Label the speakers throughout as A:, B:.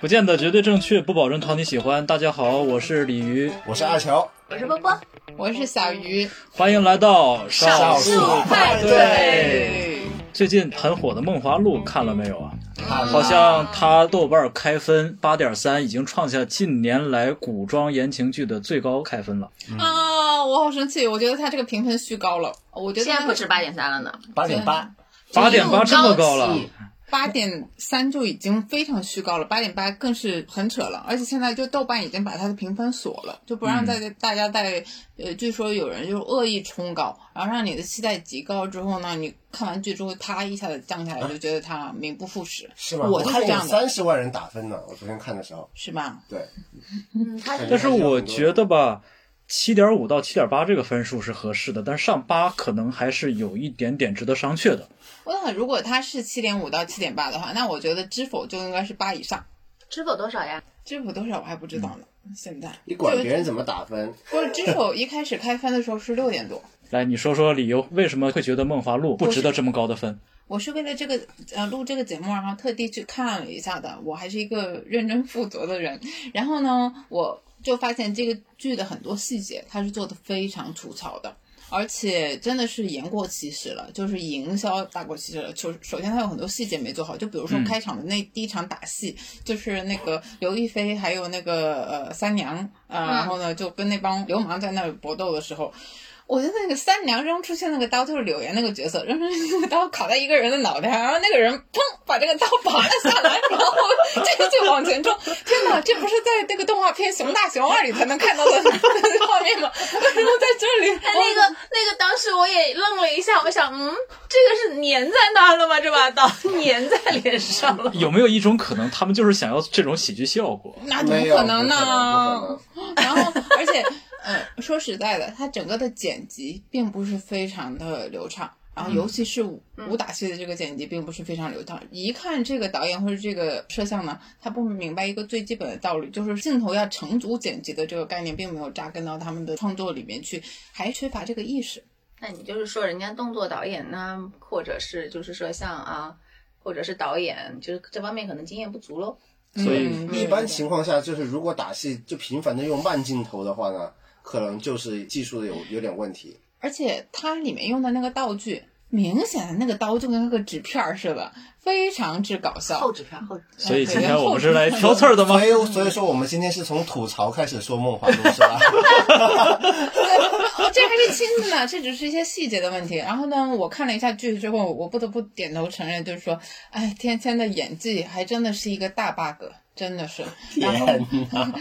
A: 不见得绝对正确，不保证讨你喜欢。大家好，我是鲤鱼，
B: 我是二乔，
C: 我是波波，
D: 我是小鱼，
A: 欢迎来到少
B: 数派
A: 对。最近很火的《梦华录》看了没有啊？
B: 看
A: 好像它豆瓣开分八点三，已经创下近年来古装言情剧的最高开分了。
D: 啊，我好生气，我觉得他这个评分虚高了，我觉得
C: 现在不止八点三了呢。
B: 八点八，
A: 八点八这么高了，
D: 八点三就已经非常虚高了，八点八更是很扯了。而且现在就豆瓣已经把它的评分锁了，就不让大
A: 嗯
D: 家、大家再呃，据说有人就是恶意冲高，然后让你的期待极高之后呢，你看完剧之后，啪一下子降
A: 啊
D: 下来，就觉得它名不副实，
B: 是吗？
D: 我就是
B: 看
D: 这
B: 有
D: 样的，
B: 三十万人打分呢，我昨天看的时候，
D: 是吧？
B: 对，
C: 嗯，
D: 哎
C: 他
B: 感觉
A: 但是我觉得吧，七点五到七点八这个分数是合适的，但是上八可能还是有一点点值得商榷的。
D: 我想如果它是七点五到七点八的话，那我觉得知否就应该是八以上。
C: 知否多少呀？
D: 知否多少我还不知道呢，现在
B: 你管
D: 就
B: 别人怎么打分，
D: 不是知否一开始开分的时候是六点多，
A: 来，你说说理由，为什么会觉得《梦华录》不值得这么高的分？
D: 我是为了这个呃录这个节目，然后特地去看了一下的。我还是一个认真负责的人。然后呢，我就发现这个剧的很多细节，它是做的非常粗糙的。而且真的是言过其实了，就是营销大过其实了。首首先，它有很多细节没做好，就比如说
A: 嗯
D: 开场的那第一场打戏，就是那个刘亦菲还有那个呃三娘啊、呃然后呢就跟那帮流氓在那儿搏斗的时候，我觉得那个三娘扔出去那个刀就是柳岩那个角色扔出去那个刀卡在一个人的脑袋上，然后那个人砰把这个刀拔了下来，然后这个就往前冲。天哪，这不是在那个动画片《熊大熊二》里才能看到的 画面吗？ 为什么在这里？
C: 但那个那个，当时我也愣了一下，我想，嗯，这个是粘在那儿了吗？这把刀 粘在脸上了。
A: 有没有一种可能，他们就是想要这种喜剧效果？
D: 那啊怎么
B: 没有
D: 可能
B: 不
D: 呢？
B: 可
D: 然后，而且，呃，说实在的，它整个的剪辑并不是非常的流畅，然后尤其是武武打戏的这个剪辑并不是非常流畅。一看这个导演或者这个摄像呢，他不明白一个最基本的道理，就是镜头要成组剪辑的这个概念并没有扎根到他们的创作里面去，还缺乏这个意识。
C: 那你就是说，人家动作导演呢，或者是就是说像啊，或者是导演，就是这方面可能经验不足喽。
A: 所以
D: 嗯
B: 能。一般情况下，就是如果打戏就频繁的用慢镜头的话呢，可能就是技术的有有点问题。
D: 而且它里面用的那个道具，明显的那个刀就跟那个纸片儿似的，非常之搞笑。
C: 纸片，后纸片。
A: 所以今天我们是来挑刺儿的吗
B: 所？以所以说我们今天是从吐槽开始说《梦华录》是吧？
D: 哦这还是轻的呢，这只是一些细节的问题。然后呢，我看了一下剧之后，我不得不点头承认，就是说，哎，天谦的演技还真的是一个大 bug，真的是。然后
B: 天哪！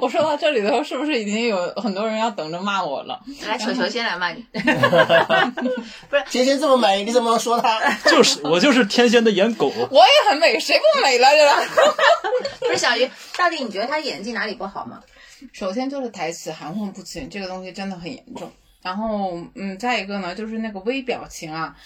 D: 我说到这里的时候，是不是已经有很多人要等着骂我了？
C: 来，球球先来骂你。
B: 天天这么美，你怎么能说她？
A: 就是我就是天仙的演狗，
D: 我也很美，谁不美了？这个。
C: 不是小鱼，到底你觉得他演技哪里不好吗？
D: 首先就是台词含混不清，这个东西真的很严重。然后，嗯，再一个呢，就是那个微表情啊，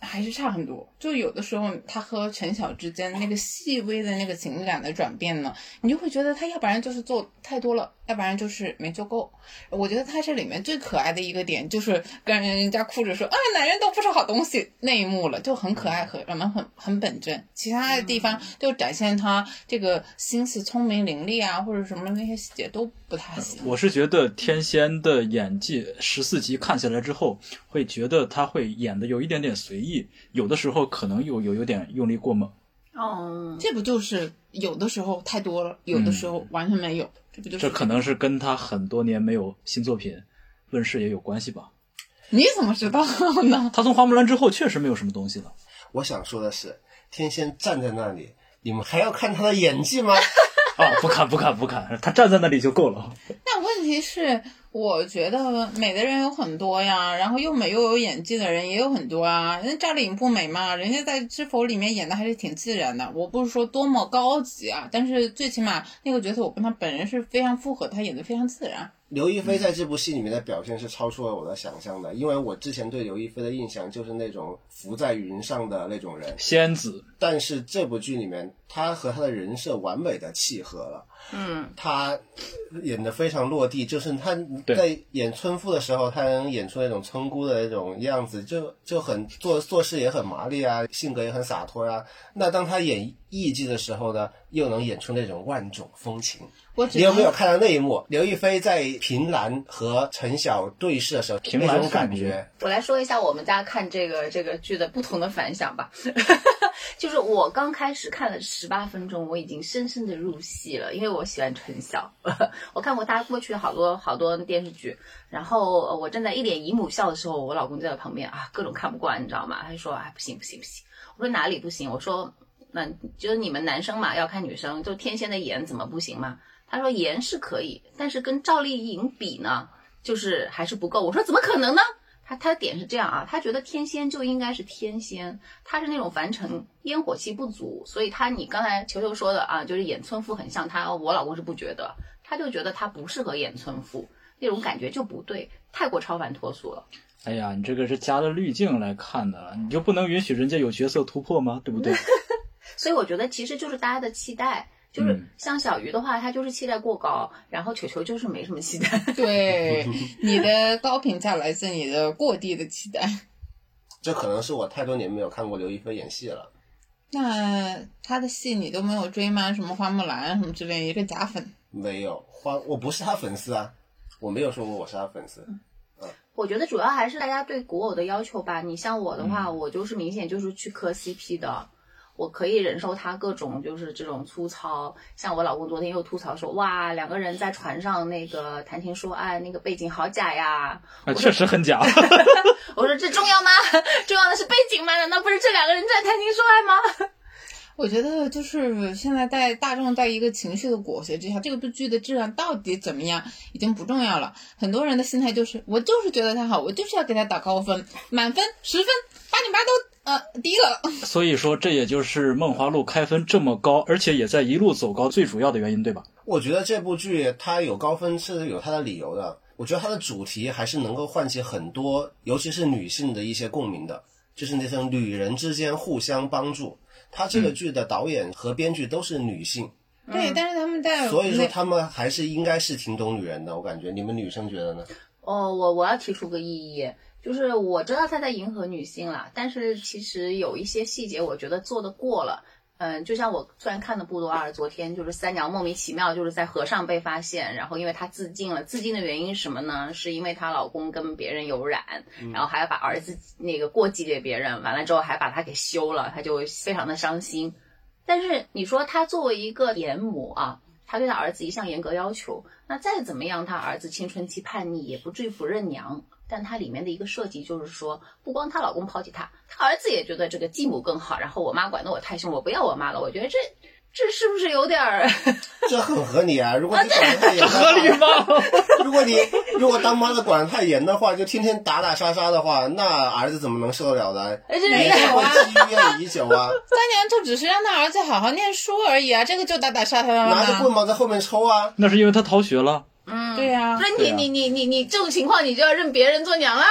D: 还是差很多。就有的时候他和陈晓之间那个细微的那个情感的转变呢，你就会觉得他要不然就是做太多了，要不然就是没做够。我觉得他这里面最可爱的一个点就是跟人家哭着说啊，男人都不是好东西那一幕了，就很可爱，很让人很很本真。其他的地方就展现他这个心思聪明伶俐啊，或者什么那些细节都不太行。
A: 我是觉得天仙的演技十四集看下来之后，会觉得他会演的有一点点随意，有的时候可能有有有点用力过猛。
C: 哦，
D: 这不就是有的时候太多了，有
B: 嗯
D: 的时候完全没有，这不就是
A: 这可能是跟他很多年没有新作品问世也有关系吧。
D: 你怎么知道
B: 嗯
D: 呢？
A: 他从花木兰之后确实没有什么东西了。
B: 我想说的是，天仙站在那里，你们还要看她的演技吗？
A: 啊，不看不看不看，他站在那里就够了。
D: 那问题是，我觉得美的人有很多呀，然后又美又有演技的人也有很多啊。人家赵丽颖不美嘛，人家在《知否》里面演的还是挺自然的。我不是说多么高级啊，但是最起码那个角色我跟她本人是非常符合，她演的非常自然。
B: 刘亦菲在这部戏里面的表现是超出了我的想象的，因为我之前对刘亦菲的印象就是那种浮在云上的那种人，
A: 仙子，
B: 但是这部剧里面，她和她的人设完美的契合了，
C: 嗯，
B: 她演的非常落地，就是她
A: 对
B: 在演村夫的时候，他能演出那种村姑的那种样子，就就很做做事也很麻利啊，性格也很洒脱啊。那当他演艺妓的时候呢，又能演出那种万种风情。
D: 我只
B: 你有没有
D: 能
B: 看到那一幕？刘亦菲在凭栏和陈晓对视的时候，
A: 凭
B: 那
A: 栏
B: 种感
A: 看
B: 觉，
C: 我来说一下我们家看这个这个剧的不同的反响吧。 就是我刚开始看了十八分钟，我已经深深的入戏了，因为我喜欢陈晓。 我看过他过去的好多好多电视剧，然后呃我站在一脸姨母笑的时候，我老公就在旁边啊，各种看不惯，你知道吗？他就说啊，不行不行不行。我说哪里不行？我说那就是你们男生嘛，要看女生，就天仙的颜怎么不行嘛？他说颜是可以，但是跟赵丽颖比呢，就是还是不够。我说怎么可能呢？他他的点是这样啊，他觉得天仙就应该是天仙，他是那种凡尘烟火气不足，所以他你刚才球球说的啊，就是演村妇很像他，我老公是不觉得，他就觉得他不适合演村妇，那种感觉就不对，太过超凡脱俗了。
A: 哎呀，你这个是加了滤镜来看的了，你就不能允许人家有角色突破吗？对不对？
C: 所以我觉得其实就是大家的期待，就是
A: 嗯
C: 像小鱼的话，他就是期待过高，然后球球就是没什么期待。
D: 对你的高评价来自你的过低的期待。
B: 这可能是我太多年没有看过刘亦菲演戏了。
D: 那他的戏你都没有追吗？什么花木兰什么之类，一个假粉。
B: 没有花，我不是她粉丝啊，我没有说过我是她粉丝。
C: 我觉得主要还是大家对古偶的要求吧。你像我的话，我就是明显就是去磕 CP 的，我可以忍受他各种就是这种粗糙。像我老公昨天又吐槽说，哇，两个人在船上那个谈情说爱，那个背景好假呀。
A: 啊，确实很假。
C: 我说这重要吗？ 重要的是背景吗？难道不是这两个人在谈情说爱吗？
D: 我觉得就是现在在大众在一个情绪的裹挟之下，这个部剧的质量到底怎么样已经不重要了。很多人的心态就是，我就是觉得它好，我就是要给它打高分，满分十分，八点八都呃低了。
B: 嗯
A: 所以说，这也就是《梦华录》开分这么高，而且也在一路走高最主要的原因，对吧？
B: 我觉得这部剧它有高分是有它的理由的。我觉得它的主题还是能够唤起很多，尤其是女性的一些共鸣的，就是那种女人之间互相帮助。它这个剧的导演和编剧都是女性，
D: 对，但是他们在
B: 所以说
D: 哎那
B: 他们还是应该是挺懂女人的。我感觉你们女生觉得呢？
C: 哦，我我要提出个异议，就是我知道他在迎合女性啦，但是其实有一些细节我觉得做的过了。嗯，就像我虽然看的不多啊，昨天就是三娘莫名其妙就是在河上被发现，然后因为她自尽了，自尽的原因是什么呢？是因为她老公跟别人有染，然后还要把儿子那个过继给别人，完了之后还把她给休了，她就非常的伤心。但是你说她作为一个严母啊，她对她儿子一向严格要求，那再怎么样，他儿子青春期叛逆也不至于不认娘。但它里面的一个设计就是说，不光她老公抛弃她，她儿子也觉得这个继母更好。然后我妈管得我太凶，我不要我妈了。我觉得这这是不是有点儿？
B: 这很合理啊！如果你管得太严的话，
A: 吗？
B: 如果你如果当妈的管得太严的话，就天天打打杀杀的话，那儿子怎么能受得了呢？
C: 哎这
D: 没
B: 也
D: 有
B: 是
D: 啊
B: 会积怨已久啊！
D: 三娘就只是让他儿子好好念书而已啊，这个就打打杀杀了
B: 拿着
D: 吗？
B: 棍棒在后面抽啊！
A: 那是因为他逃学了。
C: 嗯，
D: 对呀、
C: 不是
A: 对
C: 你
A: 啊
C: 你你你你这种情况，你就要认别人做娘啦。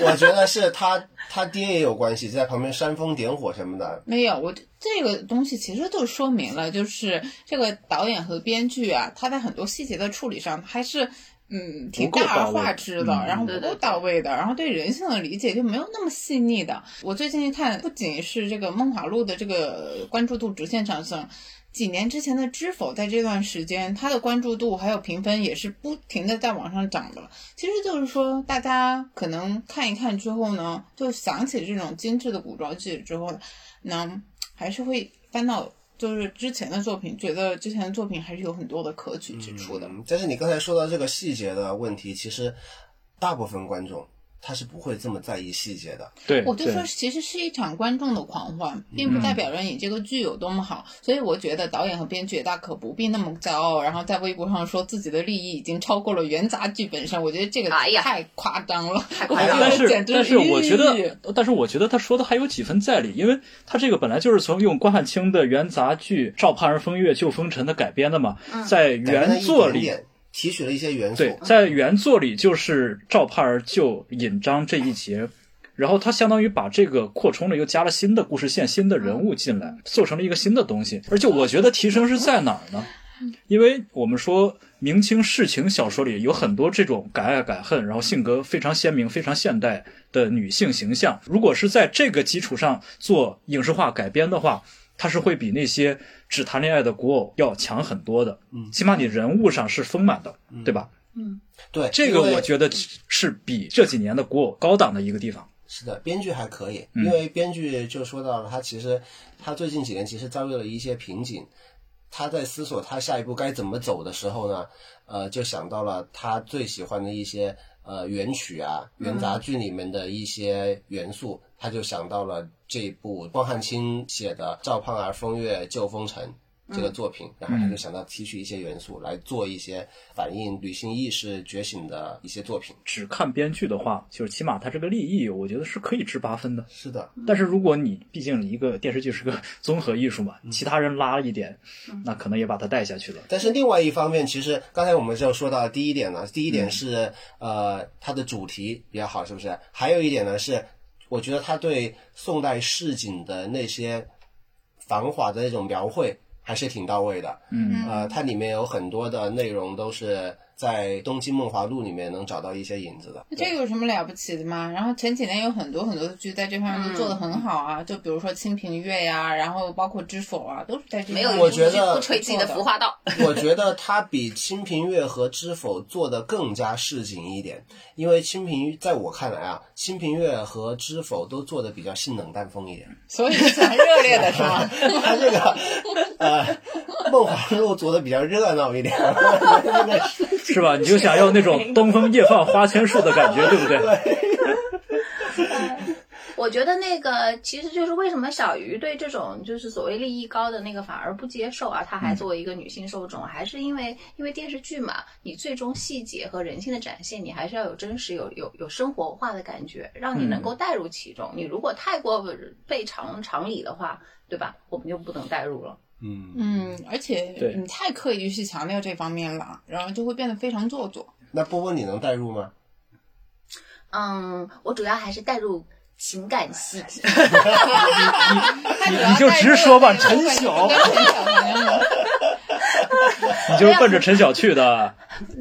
B: 我觉得是他他爹也有关系，在旁边煽风点火什么的。
D: 没有，我这个东西其实就说明了，就是这个导演和编剧啊，他在很多细节的处理上还是。嗯，挺
A: 不够
D: 大而
A: 到位
D: 化之的，
A: 嗯
D: 然后
C: 对
D: 不
C: 对
D: 够
C: 对
D: 到位的，然后对人性的理解就没有那么细腻的。我最近一看，不仅是这个《梦华录》的这个关注度直线上升，几年之前的《知否》在这段时间，它的关注度还有评分也是不停的在往上涨的。其实就是说，大家可能看一看之后呢，就想起这种精致的古装剧之后，呢，还是会翻到就是之前的作品，觉得之前的作品还是有很多的可取之处的。
B: 嗯，但是你刚才说到这个细节的问题，其实大部分观众他是不会这么在意细节的。
A: 对，
D: 我就
A: 对
D: 说，其实是一场观众的狂欢，并不
B: 嗯
D: 代表着你这个剧有多么好。所以我觉得导演和编剧也大可不必那么骄傲，然后在微博上说自己的利益已经超过了原杂剧本身。我觉得这个
C: 哎呀
D: 太夸张了，
C: 太
D: 我
C: 夸
D: 觉
A: 哎
C: 张
D: 得
C: 了
A: 但是
D: 简直
A: 但是我觉
D: 咦
A: 得，但是我觉得他说的还有几分在理，因为他这个本来就是从用关汉卿的元杂剧《赵盼儿风月救风尘》的改编的嘛，在原作
B: 改变了
A: 里
B: 一点点提取了一些元素，
A: 对，在原作里就是赵盼儿救尹章这一节，然后他相当于把这个扩充了，又加了新的故事线、新的人物进来，做成了一个新的东西。而且我觉得提升是在哪儿呢？因为我们说明清世情小说里有很多这种敢爱敢恨，然后性格非常鲜明、非常现代的女性形象。如果是在这个基础上做影视化改编的话，它是会比那些只谈恋爱的古偶要强很多的。
B: 嗯
A: 起码你人物上是丰满的，对吧？
C: 嗯，
B: 对，
A: 这个
B: 因为
A: 我觉得是比这几年的古偶高档的一个地方。
B: 是的，编剧还可以，
A: 嗯
B: 因为编剧就说到了，他其实他最近几年其实遭遇了一些瓶颈，他在思索他下一步该怎么走的时候呢，呃，就想到了他最喜欢的一些呃原曲啊、原杂剧里面的一些元素，他就想到了这部汪汉卿写的《赵盼儿风月旧风尘》。这个作品，然后他就想到提取一些元素来做一些反映女性意识觉醒的一些作品。
A: 只看编剧的话，就是起码它这个立意，我觉得是可以值八分的。
B: 是的，
A: 但是如果你毕竟一个电视剧是个 综合艺术嘛，其他人拉一点，那可能也把它带下去了。
B: 但是另外一方面，其实刚才我们就说到第一点了，第一点是、呃它的主题比较好，是不是？还有一点呢是，我觉得他对宋代市井的那些繁华的那种描绘还是挺到位的。
A: 嗯
B: 呃，它里面有很多的内容都是在《东京梦华录》里面能找到一些影子的。
D: 这个有什么了不起的吗？然后前几年有很多很多的剧在这方面都做得很好啊，就比如说《清平乐》呀，然后包括《知否》啊，都是在这
C: 没有一
D: 方面
C: 部
B: 我觉
C: 剧
B: 得
C: 不吹自己的服化道。
B: 我觉得它比《清平乐》和《知否》做的更加市井一点，因为《清平》在我看来啊，《清平乐》和《知否》都做的比较性冷淡风一点。
D: 所以是很热烈的是吗？
B: 他这个 呃，梦华录做的比较热闹一点， 那个是
A: 是吧？你就想要那种东风夜放花千树的感觉，对不对？
C: 我觉得那个其实就是为什么小鱼对这种就是所谓利益高的那个反而不接受啊，她还作为一个女性受众，还是因为因为电视剧嘛，你最终细节和人性的展现，你还是要有真实、有有有生活化的感觉，让你能够带入其中。你如果太过背常常理的话，对吧？我们就不能带入了。
B: 嗯，
D: 嗯，而且
A: 对
D: 你太刻意去强调这方面了，然后就会变得非常做作。
B: 那波波你能代入吗？
C: 嗯，我主要还是带入情感戏。
A: 你你就直说吧，陈晓，
D: 陈晓反正
A: 你就是奔着陈晓去的。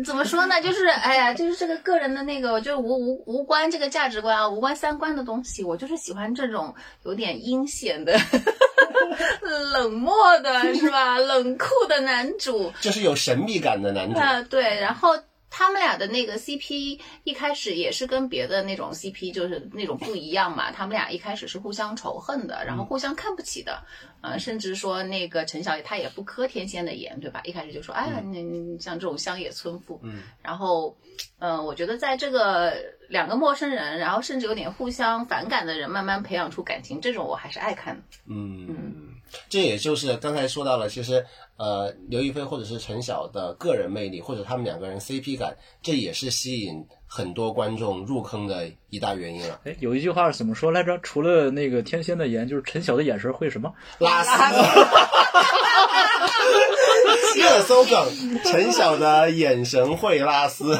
C: 怎么说呢？就是哎呀，就是这个个人的那个，就是无无无关这个价值观啊，无关三观的东西，我就是喜欢这种有点阴险的、 冷漠的，是吧？冷酷的男主，
B: 就是有神秘感的男主，
C: 啊，对，然后他们俩的那个 CP 一开始也是跟别的那种 CP 就是那种不一样嘛，他们俩一开始是互相仇恨的，
D: 嗯
C: 然后互相看不起的，呃，甚至说那个陈晓他也不磕天仙的颜，对吧？一开始就说，哎呀，
D: 嗯
C: 你你像这种乡野村妇，
B: 嗯，
C: 然后，嗯、我觉得在这个两个陌生人，然后甚至有点互相反感的人，慢慢培养出感情，这种我还是爱看的。
B: 嗯，这也就是刚才说到了，其实呃，刘亦菲或者是陈晓的个人魅力，或者他们两个人 CP 感，这也是吸引很多观众入坑的一大原因了。
A: 哎，有一句话是怎么说来着？除了那个天仙的颜，就是陈晓的眼神会什么？
B: 拉丝， 热搜梗，陈晓的眼神会拉 丝，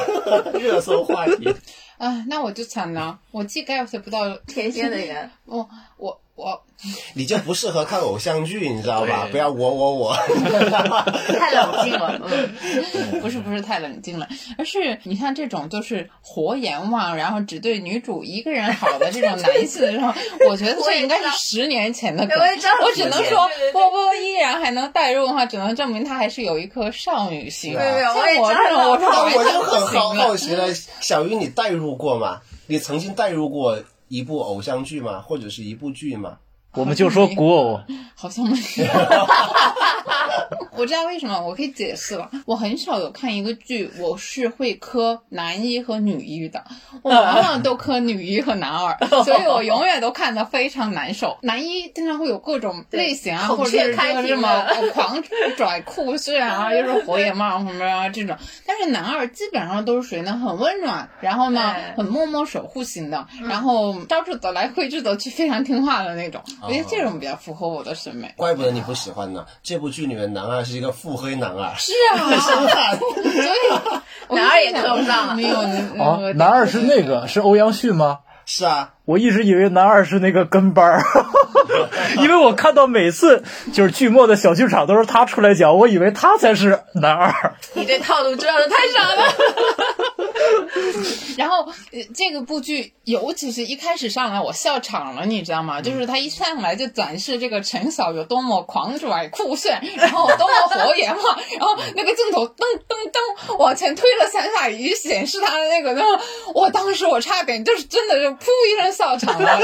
B: 热搜话题。
D: 啊，那我就惨了，我既 get 不到，
C: 天仙的颜，
D: 我我我，
B: 你就不适合看偶像剧，你知道吧？
A: 对
B: 不要我我 我，
C: 太冷静了，嗯。
D: 不是不是太冷静了，而是你像这种就是活阎王，然后只对女主一个人好的这种男性的时候，我觉得这应该是十年前的梗。
C: 我也知道
D: 我只能说
C: 对对对
D: 波波依然还能代入的话，只能证明他还是有一颗少女心。
B: 对对
D: 像
C: 我也
D: 我这
C: 知
D: 种，
C: 道
D: 我说
B: 那我
D: 完全
B: 就
D: 不
B: 很好
D: 行啊了
B: 好。奇了。小鱼，你代入过吗？你曾经代入过一部偶像剧吗？或者是一部剧吗？
A: 我们就说古偶，
D: 好像没 有。我知道为什么，我可以解释了。我很少有看一个剧，我是会磕男一和女一的，我往往都磕女一和男二，
C: 嗯
D: 所以我永远都看得非常难受。男一经常会有各种类型啊，
C: 对
D: 或者是
C: 孔雀开
D: 这
C: 屏了
D: 个什么呃狂拽酷炫啊，又是火野帽什么啊这种。但是男二基本上都是属于那很温暖，然后呢
C: 哎
D: 很默默守护型的，
C: 嗯
D: 然后招致走来挥之走去，非常听话的那种。
C: 哦
D: 我觉得这种比较符合我的审美。
B: 怪不得你不喜欢呢。这部剧里面男二是一个腹黑男二，
D: 是啊， 所 以
C: 男二也磕不上了
D: 没有那那个嗯
A: 哦啊男二是那个是欧阳旭吗？
B: 是啊，
A: 我一直以为男二是那个跟班 儿，因为我看到每次就是剧末的小剧场都是他出来讲，我以为他才是男二。
C: 你对套路知道的太少了。
D: 然后、呃这个部剧，尤其是一开始上来，我笑场了，你知道吗？就是他一上来就展示这个陈晓有多么狂拽酷炫，然后多么活跃嘛，然后那个镜头噔噔噔往前推了三下，以显示他的那个，然后我当时我差点就是真的就噗一声笑场了。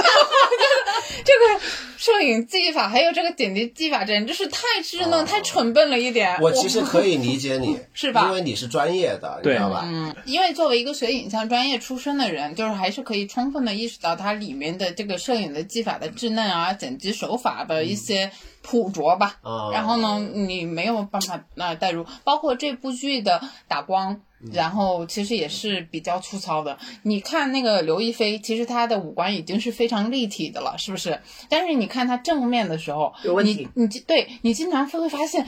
D: 这个摄影技法还有这个剪辑技法，简直是太稚嫩、太蠢笨了一点。
B: 我其实可以理解你，
D: 啊是吧嗯
B: 因为你是专业的，你
A: 对
B: 知道吧？
D: 因为作为一个学影像专业出身的人，就是还是可以充分的意识到它里面的这个摄影的技法的稚嫩啊，剪辑手法的一些朴拙吧。
B: 啊、
D: 然后呢，你没有办法那带入，包括这部剧的打光。然后其实也是比较粗糙的。你看那个刘亦菲，其实她的五官已经是非常立体的了，是不是？但是你看她正面的时候，
C: 有问
D: 你
C: 题
D: 你对你经常会发现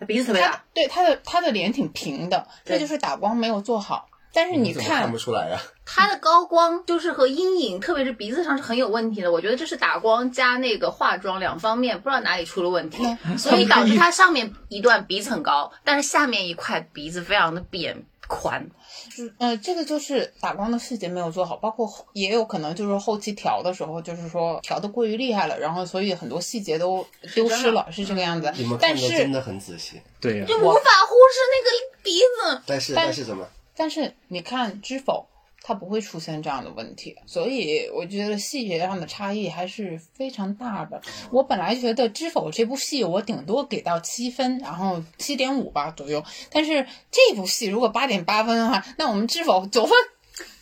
C: 他鼻子特别
D: 他
C: 大，
D: 对他的他的脸挺平的，这
C: 对
D: 就是打光没有做好。但是
B: 你
D: 你
B: 嗯怎么看
D: 看
B: 不，出来啊呀、
C: 他的高光就是和阴影，特别是鼻子上是很有问题的。我觉得这是打光加那个化妆两方面，不知道哪里出了问题，所以导致他上面一段鼻子很高，但是下面一块鼻子非常的扁宽。
D: 呃，这个就是打光的细节没有做好，包括后也有可能就是后期调的时候，就是说调的过于厉害了，然后所以很多细节都丢失了，是这个样子
B: 你们。看
D: 但
B: 的真
D: 是
B: 的很仔细，
A: 对呀、
C: 就无法忽视那个鼻子。
B: 但是
D: 但
B: 但是怎么？
D: 但是你看知否，它不会出现这样的问题，所以我觉得细节上的差异还是非常大的。我本来觉得《知否》这部戏我顶多给到七分，然后七点五吧左右。但是这部戏如果八点八分的话，那我们《知否》九分。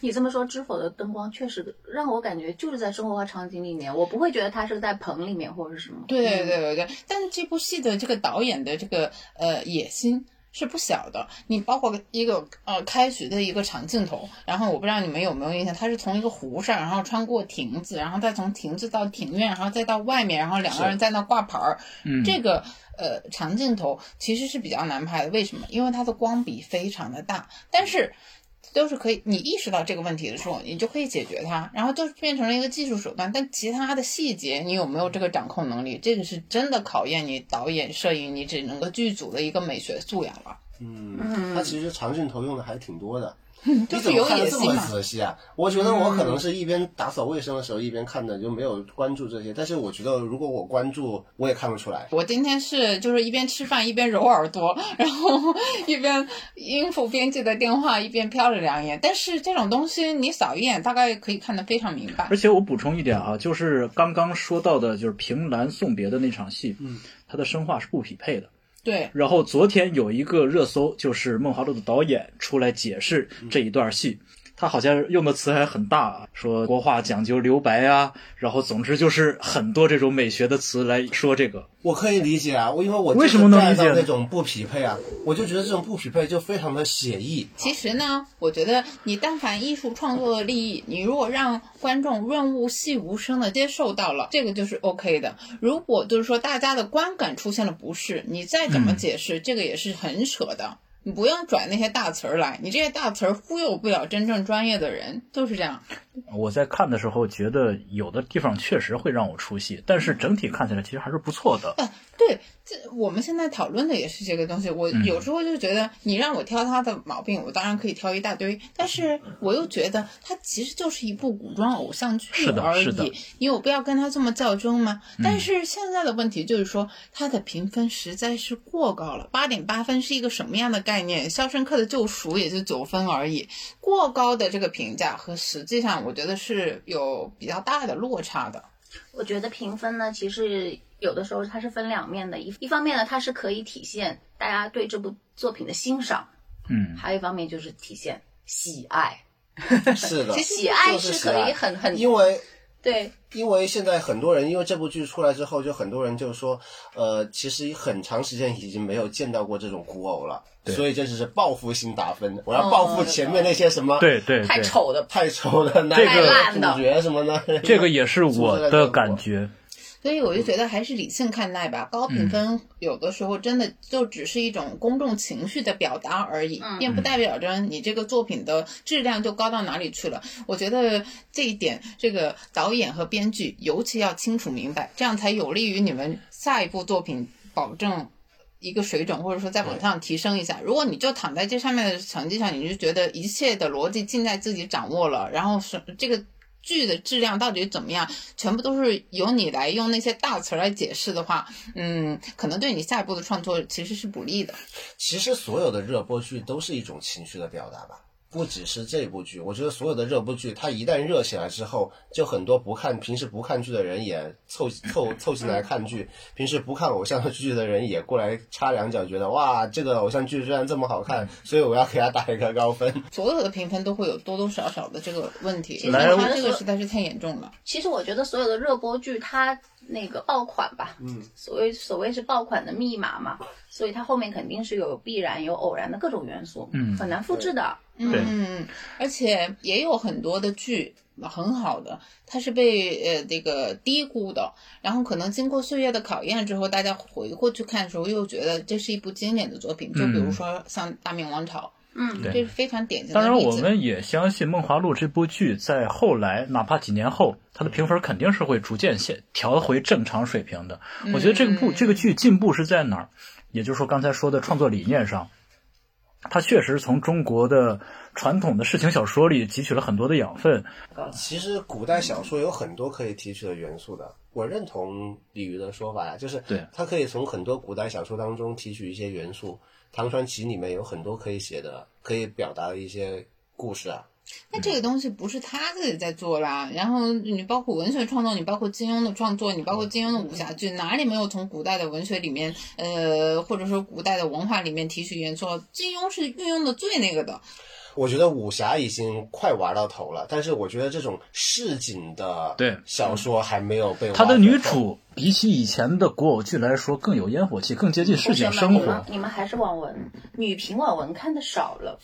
C: 你这么说，《知否》的灯光确实让我感觉就是在生活化场景里面，我不会觉得它是在棚里面或者是什么。
D: 对对对对对。但是这部戏的这个导演的这个呃野心。是不小的，你包括一个呃开局的一个长镜头，然后我不知道你们有没有印象，它是从一个湖上，然后穿过亭子，然后再从亭子到庭院，然后再到外面，然后两个人在那挂牌儿，
A: 嗯，
D: 这个呃长镜头其实是比较难拍的，为什么？因为它的光比非常的大，但是都是可以，你意识到这个问题的时候，你就可以解决它，然后就变成了一个技术手段。但其他的细节，你有没有这个掌控能力，这个是真的考验你导演、摄影，你只能够剧组的一个美学素养了。
B: 嗯，它其实长镜头用的还挺多的。
D: 就
B: 你
D: 是
B: 怎
D: 有
B: 么看
D: 野
B: 的这
D: 心
B: 么
D: 嘛，
B: 仔细啊？我觉得我可能是一边打扫卫生的时候一边看的，就没有关注这些。但是我觉得如果我关注，我也看不出来。
D: 我今天是就是一边吃饭一边揉耳朵，然后 一边应付编辑的电话，一边瞟了两眼。但是这种东西你扫一眼，大概可以看得非常明白
A: 而。且我补充一点啊，就是刚刚说到的，就是凭栏送别的那场戏，
B: 嗯，
A: 它的声画是不匹配的。
D: 对，
A: 然后昨天有一个热搜，就是梦华录的导演出来解释这一段戏，他好像用的词还很大啊，说国画讲究留白啊，然后总之就是很多这种美学的词来说这个。
B: 我可以理解啊，我因为我
A: 为什么能理解呢
B: 就是 get 到那种不匹配啊？我就觉得这种不匹配就非常的写意。
D: 其实呢，我觉得你但凡艺术创作的利益，你如果让观众润物细无声的接受到了，这个就是 OK 的。如果就是说大家的观感出现了不适，你再怎么解释，这个也是很扯的。你不用转那些大词儿来，你这些大词儿忽悠不了真正专业的人，就是这样。
A: 我在看的时候觉得有的地方确实会让我出戏，但是整体看起来其实还是不错的。
D: 对，这我们现在讨论的也是这个东西。我
A: 嗯
D: 有时候就觉得，你让我挑他的毛病，我当然可以挑一大堆，但是我又觉得它其实就是一部古装偶像剧
A: 是的
D: 而
A: 是的嗯
D: 已，你有必要跟他这么较真吗？但是现在的问题就是说，它的评分实在是过高了，八点八分是一个什么样的概念？《肖申克的救赎》也就九分而已，过高的这个评价和实际上我觉得是有比较大的落差的。
C: 我觉得评分呢，其实有的时候它是分两面的，一一方面呢，它是可以体现大家对这部作品的欣赏，
A: 嗯，
C: 还有一方面就是体现喜爱。
B: 是的，
C: 其实喜爱
B: 就是是
C: 可
B: 喜
C: 以
B: 爱
C: 很很
B: 因为
C: 对，
B: 因为现在很多人，因为这部剧出来之后，就很多人就说，呃，其实很长时间已经没有见到过这种古偶了，
A: 对
B: 所以这只是报复性打分，我要报复前面那些什么
A: 对对
C: 太
A: 对，
C: 丑的
B: 太丑的男
A: 这个
B: 主角什么的。
A: 这个也是我的感觉。
D: 所以我就觉得还是理性看待吧。高
A: 嗯
D: 评分有的时候真的就只是一种公众情绪的表达而已，
C: 嗯
D: 并不代表着你这个作品的质量就高到哪里去了。我觉得这一点，这个导演和编剧尤其要清楚明白，这样才有利于你们下一部作品保证。一个水准，或者说再往上提升一下。如果你就躺在这上面的成绩上，你就觉得一切的逻辑尽在自己掌握了，然后是这个剧的质量到底怎么样，全部都是由你来用那些大词儿来解释的话，嗯，可能对你下一步的创作其实是不利的。
B: 其实所有的热播剧都是一种情绪的表达吧，不只是这部剧。我觉得所有的热播剧，它一旦热起来之后，就很多不看平时不看剧的人也凑凑凑进来看剧，平时不看偶像剧的人也过来插两脚，觉得哇，这个偶像剧居然这么好看，所以我要给他打一个高分。
D: 所有的评分都会有多多少少的这个问题，因为
A: 来
C: 我
D: 它这个实在是太严重了。
C: 其实我觉得所有的热播剧，它那个爆款吧，
B: 嗯，
C: 所谓所谓是爆款的密码嘛，所以它后面肯定是有必然有偶然的各种元素，
A: 嗯
C: 很难复制的。
A: 对
D: 嗯，而且也有很多的剧很好的，它是被呃这个低估的，然后可能经过岁月的考验之后，大家回过去看的时候，又觉得这是一部经典的作品。就比如
A: 嗯
D: 说像《大明王朝
C: 嗯》，
A: 对
D: 这是非常典型的
A: 当然，
D: 例
A: 我
D: 子。
A: 们也相信《梦华录》这部剧在后来，哪怕几年后，它的评分肯定是会逐渐下调回正常水平的。我觉得这个部
D: 嗯
A: 这个剧进步是在哪儿？也就是说，刚才说的创作理念上，它确实从中国的传统的事情小说里汲取了很多的养分。
B: 其实古代小说有很多可以提取的元素的，我认同李渔的说法呀，就是
A: 对
B: 它可以从很多古代小说当中提取一些元素，《唐传奇》里面有很多可以写的、可以表达的一些故事啊。
D: 那这个
C: 嗯
D: 东西不是他自己在做啦，然后你包括文学创作，你包括金庸的创作，你包
C: 嗯
D: 括金庸的武侠剧，哪里没有从古代的文学里面，呃，或者说古代的文化里面提取元素？金庸是运用的最那个的，
B: 我觉得武侠已经快玩到头了，但是我觉得这种市井的
A: 对
B: 小说还没有被挖
A: 它的
B: 掘
A: 女
B: 透
A: 主比起以前的古偶剧来说，更有烟火气，更接近市井
C: 同学们
A: 生
C: 你们
A: 活。
C: 你们还是网文，女频网文看的少 了。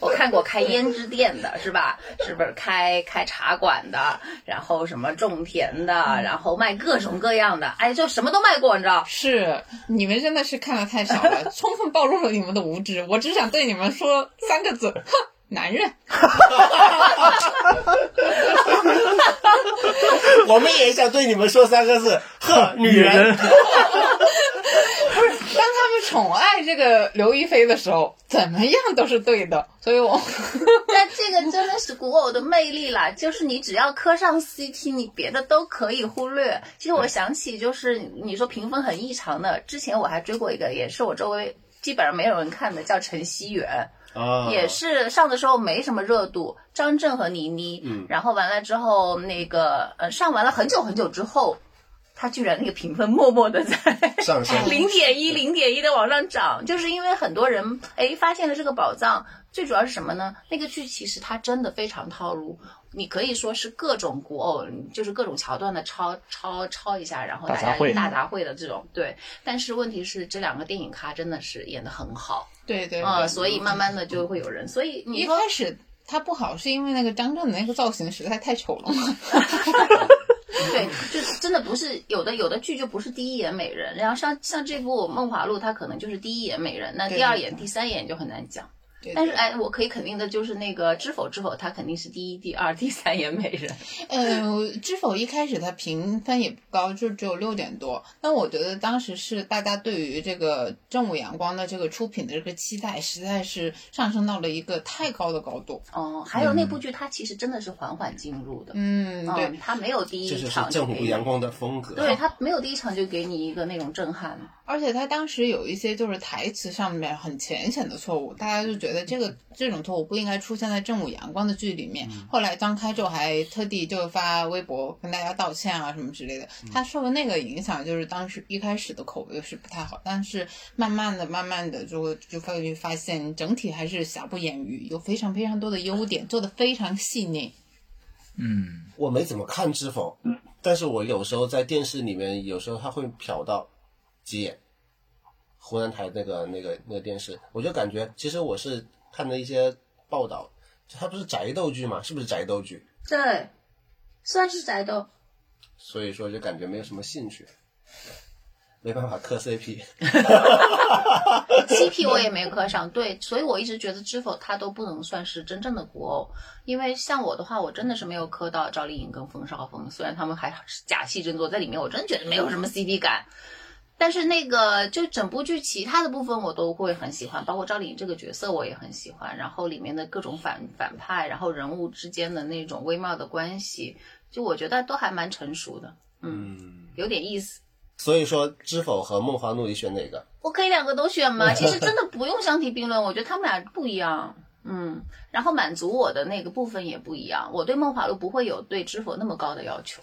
C: 我看过开胭脂店的，是吧？是不是开开茶馆的，然后什么种田的，
A: 嗯
C: 然后卖各种各样的，哎，就什么都卖过，你知 道？
D: 是你们真的是看的太少了， 充分暴露了你们的无知。我只想对你们说三个字：哼，男人。
B: 我们也想对你们说三个字：呵，女人。
D: 当他们宠爱这个刘亦菲的时候，怎么样都是对的。所以我
C: 但这个真的是古偶的魅力啦，就是你只要磕上 CP，你别的都可以忽略。其实我想起，就是你说评分很异常的，之前我还追过一个，也是我周围基本上没有人看的，叫陈希远。
A: 嗯
B: 啊
C: 也是上的时候没什么热度，张震和倪妮，
B: 嗯
C: 然后完了之后那个呃上完了很久很久之后，他居然那个评分默默的 在
B: 上升。
C: 零点一零点一的往上涨，就是因为很多人哎发现了这个宝藏，最主要是什么呢？那个剧其实它真的非常套路。你可以说是各种古偶，就是各种桥段的抄抄抄一下，然后大
A: 大
C: 家
A: 杂烩
C: 大杂烩的这种对。但是问题是，这两个电影咖真的是演的很好，
D: 对对
C: 啊，
D: 对，
C: 所以慢慢的就会有人，所以你
D: 一
C: 说
D: 开始他不好，是因为那个张震的那个造型实在太丑了 嘛。
C: 对，就真的不是有的有的剧就不是第一眼美人，然后像像这部《梦华录》，它可能就是第一眼美人，那
D: 对
C: 第二眼、第三眼就很难讲。
D: 对
C: 但是
D: 对
C: 哎，我可以肯定的就是那个《知否知否》，它肯定是第一、第二、第三眼美人。
D: 呃，知否一开始它评分也不高，就只有六点多。但我觉得当时是大家对于这个正午阳光的这个出品的这个期待，实在是上升到了一个太高的高度。
C: 哦，还有那部剧，它其实真的是缓缓进入的。
D: 嗯，对，
C: 嗯，它没有第
B: 这
C: 一
B: 就是
C: 场
B: 正
C: 就给
B: 午
C: 你
B: 阳，光的风格。
C: 对，它没有第一场就给你一个那种震撼。
D: 而且他当时有一些就是台词上面很浅显的错误，大家就觉得
A: 嗯
D: 这个这种错误不应该出现在正午阳光的剧里面。后来张开宙还特地就发微博跟大家道歉啊什么之类的。
A: 嗯
D: 他受的那个影响，就是当时一开始的口碑是不太好，但是慢慢的、慢慢的就会就会发现整体还是瑕不掩瑜，有非常非常多的优点，做的非常细腻。
A: 嗯，
B: 我没怎么看《知否》，但是我有时候在电视里面，有时候它会瞟到几眼，湖南台那个那个那个电视，我就感觉其实我是看了一些报道，它不是宅斗剧嘛，是不是宅斗剧？
C: 对，算是宅斗。
B: 所以说就感觉没有什么兴趣，没办法磕 CP。
C: CP 我也没磕上，对，所以我一直觉得知否它都不能算是真正的古偶，因为像我的话，我真的是没有磕到赵丽颖跟冯绍峰，虽然他们还是假戏真做在里面，我真的觉得没有什么 CP 感。但是那个就整部剧其他的部分我都会很喜欢，包括赵丽颖这个角色我也很喜欢，然后里面的各种反反派，然后人物之间的那种微妙的关系，就我觉得都还蛮成熟的，嗯，有点意思。
B: 所以说，知否和梦华录你选哪个？
C: 我可以两个都 选吗？其实真的不用相提并论，我觉得他们俩不一样。嗯，然后满足我的那个部分也不一样。我对梦华录不会有对知否那么高的要求。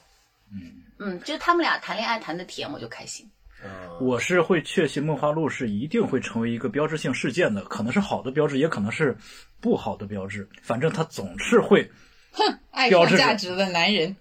C: 嗯嗯，就是他们俩谈恋爱谈的甜，我就开心。
B: 嗯，
A: 我是会确信《梦花录》是一定会成为一个标志性事件的，可能是好的标志，也可能是不好的标志。反正它总是会，
D: 爱
A: 标
D: 上
A: 志
D: 价值的男人，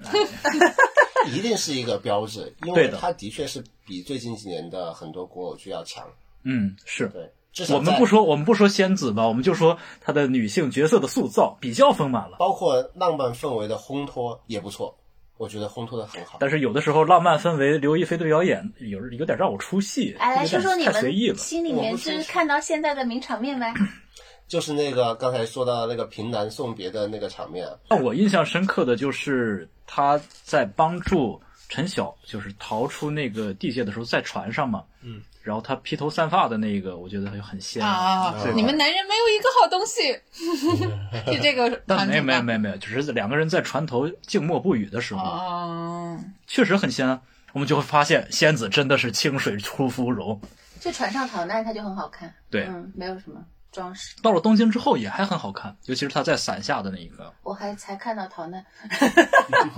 B: 一定是一个标志，因
A: 对
B: 为
A: 的
B: 它的确是比最近几年的很多古偶剧要强。
A: 嗯，是。
B: 对，至少
A: 我们
B: 在
A: 不说我们不说仙子吧，我们就说她的女性角色的塑造比较丰满了。
B: 包括浪漫氛围的烘托也不错，我觉得烘托的很好。
A: 但是有的时候浪漫氛围，刘亦菲的表演有有点让我出戏，
C: 哎，来
A: 有
C: 说
A: 点
C: 说你
A: 太随意
C: 们
A: 了。
C: 心里
B: 我
C: 面
B: 不
C: 就是是看到现在的名场面呗。
B: 就是那个刚才说到那个平南送别的那个场面，
A: 让我印象深刻的就是他在帮助陈晓，就是逃出那个地界的时候，在船上嘛，
B: 嗯，
A: 然后他披头散发的那个，我觉得很很鲜
D: 啊
B: 是！
D: 你们男人没有一个好东 西，就这个
A: 但
D: 场
A: 没有
D: 景
A: 没有
D: 吧。
A: 没有没有，只是两个人在船头静默不语的时候，
D: 哦，
A: 确实很鲜啊。我们就会发现仙子真的是清水出芙蓉。
C: 就船上逃难，它就很好看。
A: 对
C: 嗯，没有什么装饰。
A: 到了东京之后也还很好看，尤其是她在伞下的那一个。
C: 我还才看到逃难，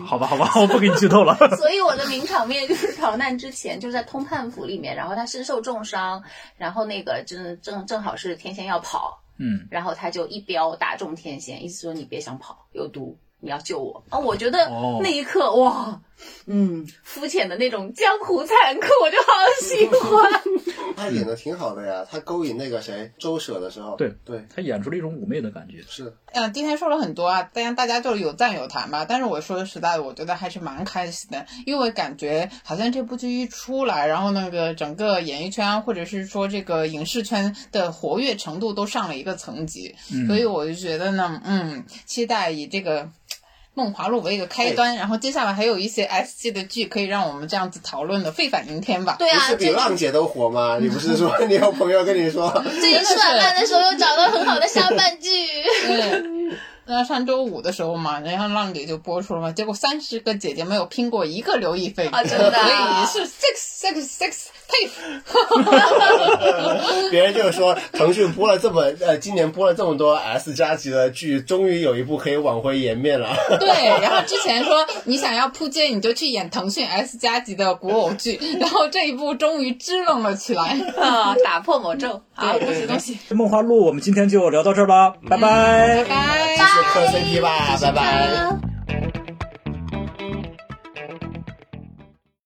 A: 好吧好吧，我不给你剧透了。
C: 所以我的名场面就是逃难之前，就是在通判府里面，然后他身受重伤，然后那个正正正好是天仙要跑，
A: 嗯，
C: 然后他就一镖打中天仙，意思说你别想跑，有毒，你要救我啊！我觉得
A: 哦
C: 那一刻、哇，嗯，肤浅的那种江湖残酷，我就好喜 欢。
B: 他演的挺好的呀，他勾引那个谁周舍的时候，
A: 对
B: 对
A: 她演出了一种妩媚的感觉。
B: 是，
D: 嗯、今天说了很多啊，当然大家就有赞有弹吧。但是我说实在的，我觉得还是蛮开心的，因为感觉好像这部剧一出来，然后那个整个演艺圈或者是说这个影视圈的活跃程度都上了一个层级，所以我就觉得呢，嗯，期待以这个。梦华录为一个开端，然后接下来还有一些 S 级的剧可以让我们这样子讨论的沸反盈天吧。
C: 对
B: 不
C: 啊，
B: 是比
C: 这
B: 浪姐都火吗？ 你不是说你有朋友跟你 说，
C: 这一吃完饭的时候又找到很好的下饭剧。
D: 对， 那上周五的时候嘛，然后浪姐就播出了嘛，结果三十个姐姐没有拼过一个刘亦菲，
C: 啊真的啊
D: 所以是 six six six 佩服。
B: 别人就说腾讯播了这么呃，今年播了这么多 S 加级的剧，终于有一部可以挽回颜面了。
D: 对，然后之前说你想要扑街，你就去演腾讯 S 加级的古偶剧，然后这一部终于支棱了起来。
C: 啊，打破魔咒。好，啊
D: 对
C: 恭喜
D: 对
C: 恭喜！
A: 梦华录我们今天就聊到这儿吧，拜拜。
D: 拜拜
C: 啊哎
B: 继续磕 CP 吧，拜拜。
C: 拜拜